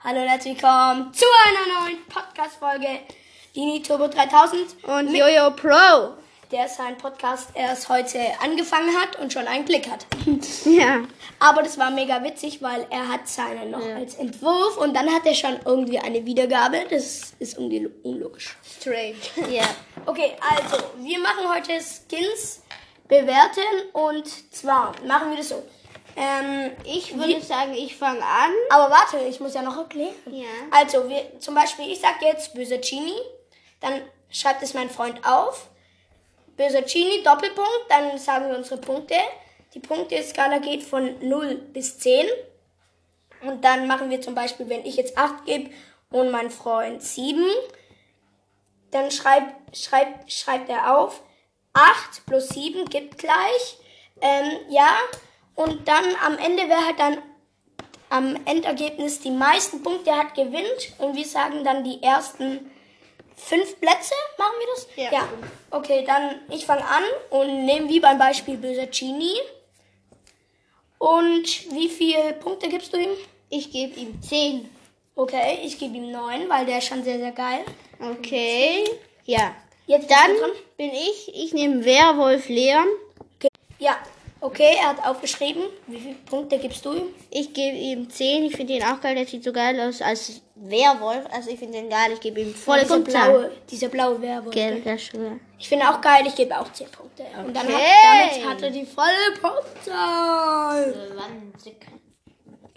Hallo und herzlich willkommen zu einer neuen Podcast-Folge Dini Turbo 3000. Und Jojo Pro. Der ist ein Podcast erst heute angefangen hat und schon einen Klick hat. Ja. Aber das war mega witzig, weil er hat seinen noch Ja. als Entwurf und dann hat er schon irgendwie eine Wiedergabe. Das ist irgendwie unlogisch. Strange. Ja. Okay, also, wir machen heute Skins bewerten und zwar machen wir das so. Ähm, Ich würde sagen, ich fange an. aber warte, ich muss ja noch erklären. Ja. Also, wir, zum Beispiel, ich sag jetzt böse Genie, dann schreibt es mein Freund auf. Böse Genie, Doppelpunkt, dann sagen wir unsere Punkte. Die Punkteskala geht von 0 bis 10. Und dann machen wir zum Beispiel, wenn ich jetzt 8 gebe und mein Freund 7, dann schreibt, schreibt, schreibt er auf, 8 plus 7 gibt gleich, ähm, ja, und dann am Ende, wer halt dann am Endergebnis die meisten Punkte hat, gewinnt und wir sagen dann die ersten fünf Plätze, machen wir das? Ja. Okay, dann ich fange an und nehme wie beim Beispiel Böser Genie. Und wie viele Punkte gibst du ihm? Ich gebe ihm 10. Okay, ich gebe ihm 9, weil der ist schon sehr, sehr geil. Okay. Ja. Jetzt Dann bist du dran. bin ich. Ich nehme Werwolf Leon. Ja, okay, er hat aufgeschrieben. Wie viele Punkte gibst du ihm? Ich gebe ihm 10. Ich finde ihn auch geil. Der sieht so geil aus als Werwolf. Also ich finde den geil. Ich gebe ihm volle Dieser Punktzahl. blaue, dieser blaue Werwolf. Gell, der ist schon geil. Ich finde auch geil, ich gebe auch 10 Punkte. Und dann hat, Okay. damit hat er die volle Punktzahl.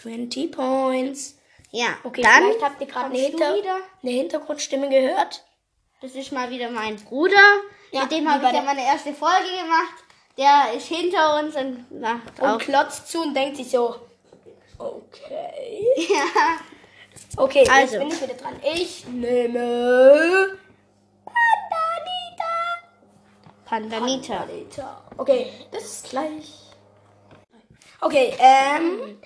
20 Points. Ja. Okay, Dann vielleicht habt ihr gerade eine, kommst du Hinter wieder. eine Hintergrundstimme gehört. Das ist mal wieder mein Bruder. Ja, Mit dem wie habe bei ich ja der- meine erste Folge gemacht. Der ist hinter uns und macht Und auch. klotzt zu und denkt sich so, okay. Ja. Okay, jetzt Also. bin ich wieder dran. Ich nehme Pandanita. Pandanita. Alter. Okay, das ist gleich. Okay, ähm.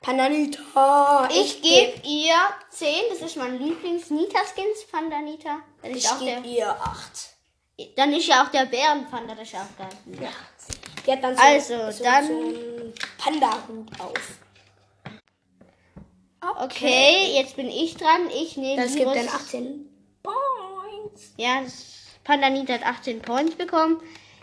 Pananita. Ich gebe ihr 10. Das ist mein Lieblings-Nita-Skins, Pandanita. Dann ist, Ich auch gebe der, ihr 8. dann ist ja auch der Bärenpanda, das ist ja auch geil. Ja. Die hat dann so, Also, so, dann- so einen Panda-Hut auf. Okay, jetzt bin ich dran. Ich nehme Das gibt Virus- dann 18 Points. Ja, das- Pandanita hat 18 Points bekommen.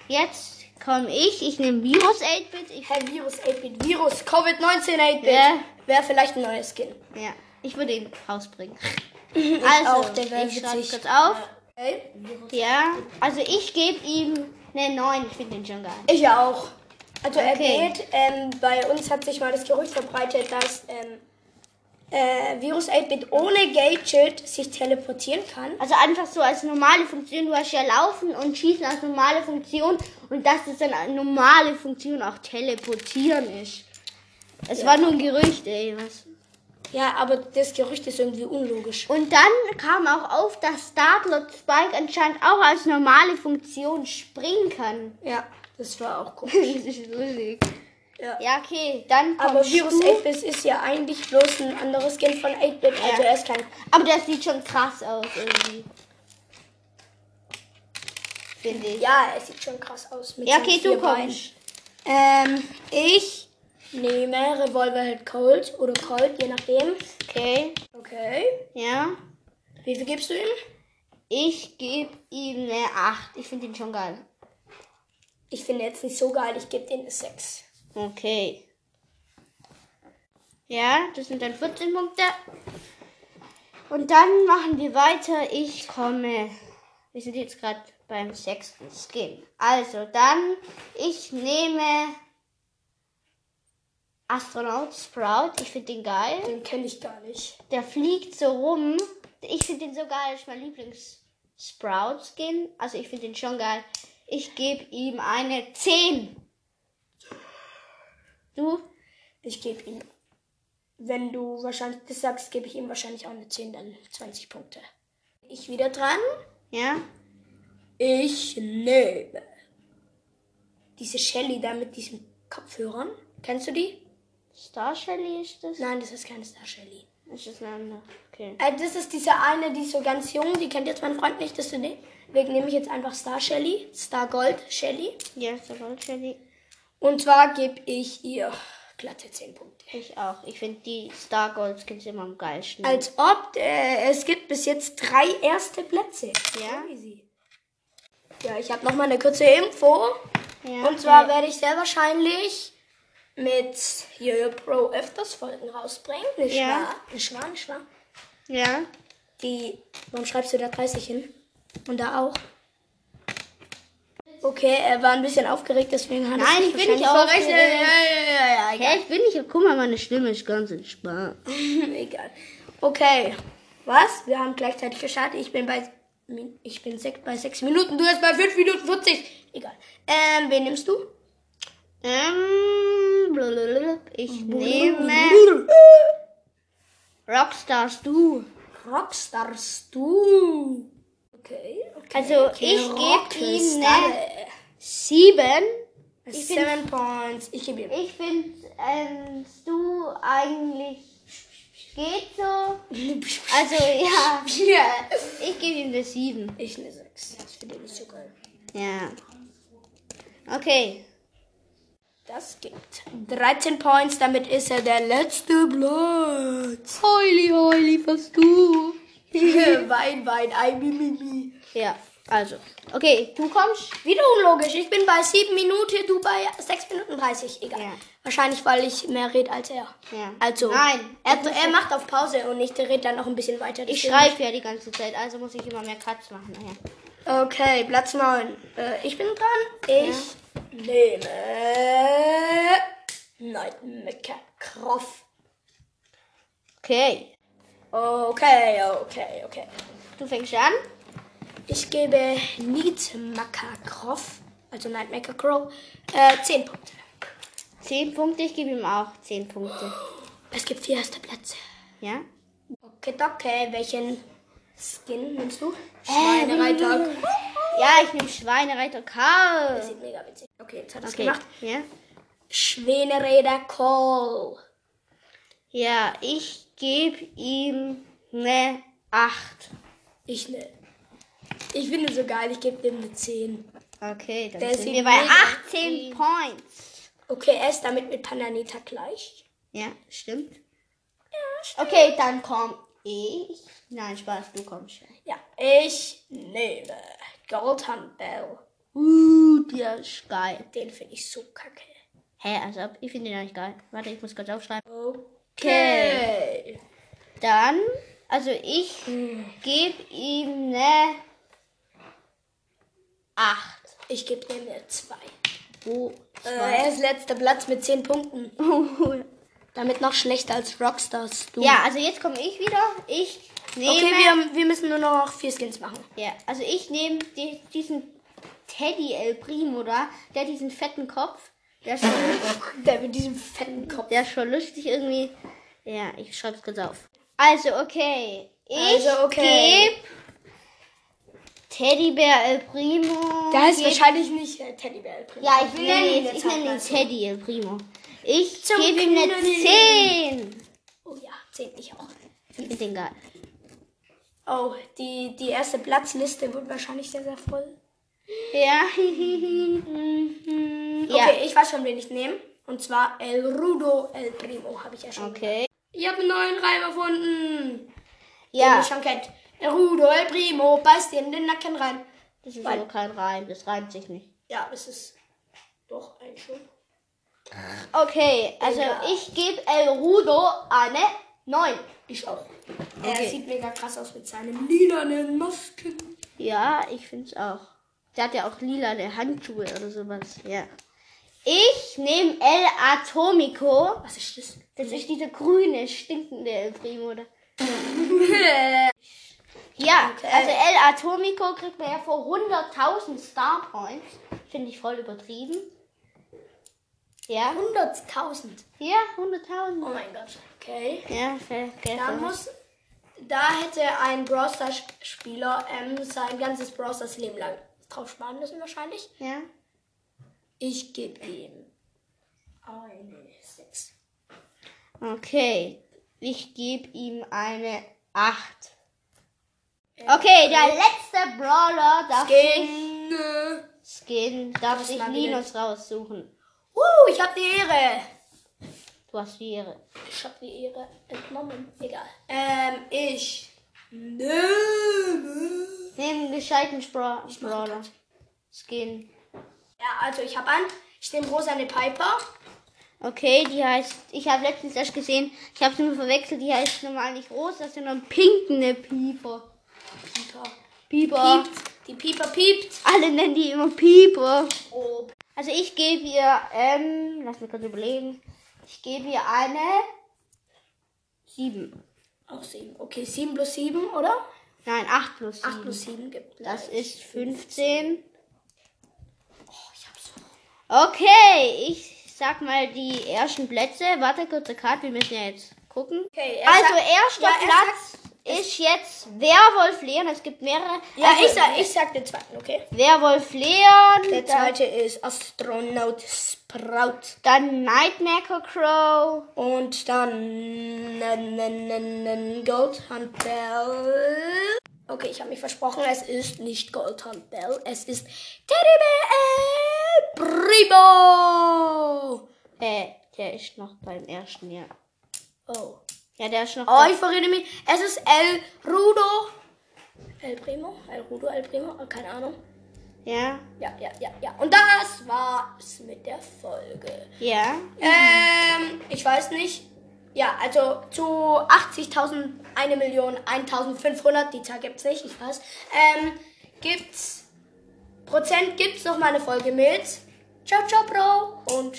Jetzt komme ich. Ich nehme Virus 8-Bit. Ich, Herr Virus 8-Bit, Virus Covid-19 8-Bit. Ja. Wäre vielleicht ein neuer Skin. ja, ich würde ihn rausbringen. Also, auch, der wär ich schreibe witzig. kurz auf. Äh, Okay. Ja, also ich gebe ihm eine 9. Ich finde den schon geil. Ich auch. Also er Okay. geht, ähm, bei uns hat sich mal das Gerücht verbreitet, dass ähm, äh, Virus 8-Bit ohne Gadget sich teleportieren kann. Also einfach so als normale Funktion. Du hast ja Laufen und Schießen als normale Funktion. Und dass das dann eine normale Funktion auch Teleportieren ist. Es war nur ein Gerücht, ey. Was? Ja, aber das Gerücht ist irgendwie unlogisch. Und dann kam auch auf, dass Startlord Spike anscheinend auch als normale Funktion springen kann. Ja, das war auch komisch. das ist lustig. Ja. Ja, okay, dann kommt Aber Virus du. 8-Bit ist ja eigentlich bloß ein anderes Skin von 8-Bit. Also er ist kein... Aber das sieht schon krass aus irgendwie. Finde ich. Ja, er sieht schon krass aus. Mit Ja, seinen okay, vier du Beinen. kommst. Ähm, ich nehme Revolverhead Cold oder Cold, je nachdem. Okay, Okay. ja. Wie viel gibst du ihm? Ich gebe ihm eine 8. Ich finde ihn schon geil. Ich finde jetzt nicht so geil, ich gebe denen eine 6. Okay. Ja, das sind dann 14 Punkte. Und dann machen wir weiter. Ich komme. Wir sind jetzt gerade beim sechsten Skin. Also dann, ich nehme Astronaut Sprout. Ich finde den geil. Den kenne ich gar nicht. Der fliegt so rum. Ich finde den so geil. Das ist mein Lieblings-Sprout-Skin. Also ich finde den schon geil. Ich gebe ihm eine 10. Du? Ich gebe ihm. Wenn du wahrscheinlich das sagst, gebe ich ihm wahrscheinlich auch eine 10, dann 20 Punkte. Ich wieder dran. Ja? Ich nehme. Diese Shelly da mit diesen Kopfhörern. Kennst du die? Star Shelly ist das? Nein, das ist keine Star Shelly. Ist das eine andere? Okay. Äh, das ist diese eine, die ist so ganz jung, die kennt jetzt mein Freund nicht, das du ne- Deswegen nehme ich jetzt einfach Star Shelly, Star Gold Shelly. Ja, Star Shelly. Und zwar gebe ich ihr glatte 10 Punkte. Ich auch. Ich finde die Star Gold Skins immer am geilsten. Als ob, äh, es gibt bis jetzt drei erste Plätze. Ja. Crazy. Ja, ich habe nochmal eine kurze Info. Ja. Und zwar werde ich sehr wahrscheinlich mit Jojo Pro öfters Folgen rausbringen. Nicht Ja. wahr? Nicht wahr, nicht wahr? Ja. Die, warum schreibst du da 30 hin? Und da auch? Okay, er war ein bisschen aufgeregt, deswegen hat er Nein, sich ich bin nicht wahrscheinlich aufgeregt. verrechnet. Hä, ich bin nicht. Guck mal, meine Stimme ist ganz entspannt. Egal. Okay. Was? Wir haben gleichzeitig gestartet. Ich bin bei. Ich bin sechs, bei 6 Minuten. Du bist bei 5 Minuten 40. Egal. Ähm, wen nimmst du? Ähm, blablabla. ich nehme Rockstars du. Rockstars, du. Okay. okay. Also, okay. ich geb ihm Rockstar. ne- Sieben. Ich bin- Seven Points. Ich gebe ihm. Ich finde ähm, Stu eigentlich geht so. Also ja, Ja. ich gebe ihm das sieben. Ich ne 6. Das finde ich nicht so geil. Ja. Okay. Das gibt 13 Points. Damit ist er der letzte Platz. Heuli, heuli, was du? wein, wein, ei, mi, mi, mi. Ja, also. Okay, du kommst. Wieder unlogisch. Ich bin bei 7 Minuten, du bei 6 Minuten 30. Egal. Ja. Wahrscheinlich, weil ich mehr rede als er. Ja. Also, Nein. Er, er macht auf Pause und ich rede dann noch ein bisschen weiter. Ich deswegen- schreibe ja die ganze Zeit, also muss ich immer mehr Cuts machen. Ja. Okay, Platz 9. Äh, ich bin dran. Ich nehme Nightmare Croft. Okay. Okay, okay, okay. Du fängst an. Ich gebe Nightmare Croft, also Nightmare Crow, äh, 10 Punkte. Zehn Punkte, ich gebe ihm auch zehn Punkte. Es gibt vier erste Plätze. Ja? Okay, okay, welchen Skin nimmst du? Äh, Schweinereiter. Ja, ich nehme Schweinereiter Das Karl. sieht mega witzig. Okay, jetzt hat es Okay. gemacht. Ja? Schweinereiter Call. Ja, ich gebe ihm ne acht. Ich ne. Ich finde so geil, ich gebe dem eine 10. Okay, dann Der sind sieht wir bei mega 18 Points. Okay, er ist damit mit Pananita gleich. Ja, stimmt. Okay, dann komm ich. Nein, Spaß, du kommst. Ja, ich nehme Goldhand Bell. Uh, der ist geil. Den finde ich so kacke. Hä, hey, also ich finde den eigentlich geil. Warte, ich muss kurz aufschreiben. Okay. Dann, also ich gebe ihm ne 8. Ich gebe dem eine 2. Oh, Äh, er ist letzter Platz mit 10 Punkten. Damit noch schlechter als Rockstars. Du. Ja, also jetzt komme ich wieder. Ich nehme. Okay, wir, wir müssen nur noch vier Skins machen. ja, also ich nehme di diesen Teddy El Primo da. Der hat diesen fetten Kopf. Der ist, schon, Der mit diesem fetten Kopf. der ist schon lustig irgendwie. Ja, ich schreibe es kurz auf. Also, okay. Ich Also, okay. gebe Teddybär El Primo. Der heißt geb- wahrscheinlich nicht äh, Teddybär. Ja, ich nenne ihn, ich nenne nenn ihn Teddy El Primo. Ich Zum gebe ihm eine Knuddeln. 10. Oh ja, zählt ich auch. Ich finde den geil. Oh, die, die erste Platzliste wird wahrscheinlich sehr, sehr voll. Ja. Mhm. ja. Okay, ich weiß schon, wen ich nehme. Und zwar El Rudo El Primo, habe ich ja schon. Okay. Ich habe einen neuen Reim erfunden, den Ja. ich schon kennt. El Rudo El Primo, beißt dir in den Nacken rein. Das ist aber kein Reim, das reimt sich nicht. Ja, es ist doch ein schon. Okay, also Egal. ich gebe El Rudo eine 9. Ich auch. Okay. Er sieht mega krass aus mit seinen lilanen Masken. Ja, ich finde es auch. Der hat ja auch lila Handschuhe oder sowas. Ja. Ich nehme El Atomico. Was ist das? Das ist diese grüne, stinkende El Primo, oder? Ja, Okay. also El Atomico kriegt man ja vor 100.000 Star Points. Finde ich voll übertrieben. Ja, 100.000. ja, 100.000. Oh mein Gott. Okay. Ja, fair, fair, Da fair. muss, da hätte ein Brawl Stars Spieler ähm, sein ganzes Brawl Stars Leben lang drauf sparen müssen wahrscheinlich. Ja. Ich gebe ihm eine 6. Okay, ich gebe ihm eine 8. Okay, der letzte Brawler darf sich Äh, Skin. Skin darf Das sich mal wieder- Linus raussuchen. Uh, ich hab die Ehre. Du hast die Ehre. Ich hab die Ehre entnommen. Egal. Ähm, ich nehme. Nimm einen gescheiten Spra Brawler. Skin. Ja, also ich habe an. Ich nehme Rosane Piper. Okay, die heißt, ich habe letztens erst gesehen, ich habe sie nur verwechselt, die heißt normal nicht rosa, sondern pink, ne Pieper. Pieper. Pieper. Piept. Die Pieper piept. Alle nennen die immer Pieper. Oh. Also ich gebe ihr, ähm, lass mich kurz überlegen, ich gebe ihr eine 7. Auch sieben. Okay, sieben plus sieben, oder? Nein, 8 plus 7. Acht plus sieben gibt gleich. Das ist 15. Oh, ich hab so. Okay, ich sag mal die ersten Plätze. Warte, kurze Karte, wir müssen ja jetzt gucken. Okay, er Also sagt- erster Ja, er Platz ist jetzt Werwolf Leon. Es gibt mehrere. Ja, also, Äh, ich sag, ich sag den zweiten, okay? Werwolf Leon. Der zweite ist Astronaut Sprout. Dann Nightmaker Crow. Und dann n- n- n- n- Gold Hunt Bell. Okay, ich habe mich versprochen, es ist nicht Gold Hunt Bell, es ist Teddybär Primo. Äh, der ist noch beim ersten, ja. Oh. Ja, der ist noch. Oh, ich verrede mich. Es ist El Rudo. El Primo? El Rudo, El Primo? Oh, keine Ahnung. Ja. Ja, ja, ja, ja. Und das war's mit der Folge. Ja. Ähm, ich weiß nicht. Ja, also zu 80.000, 1 Million, 1.500, die Zahl gibt's nicht, ich weiß. Ähm, gibt's, Prozent gibt's noch mal eine Folge mit Ciao Ciao Pro und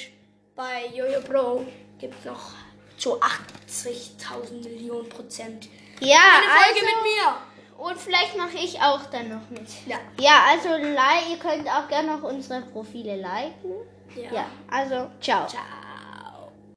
bei Jojo Pro gibt's noch zu 80.000 Millionen Prozent Ja, eine Folge also, mit mir. und vielleicht mache ich auch dann noch mit. Ja. Ja, also like, ihr könnt auch gerne noch unsere Profile liken. Ja. Ja, also ciao. Ciao.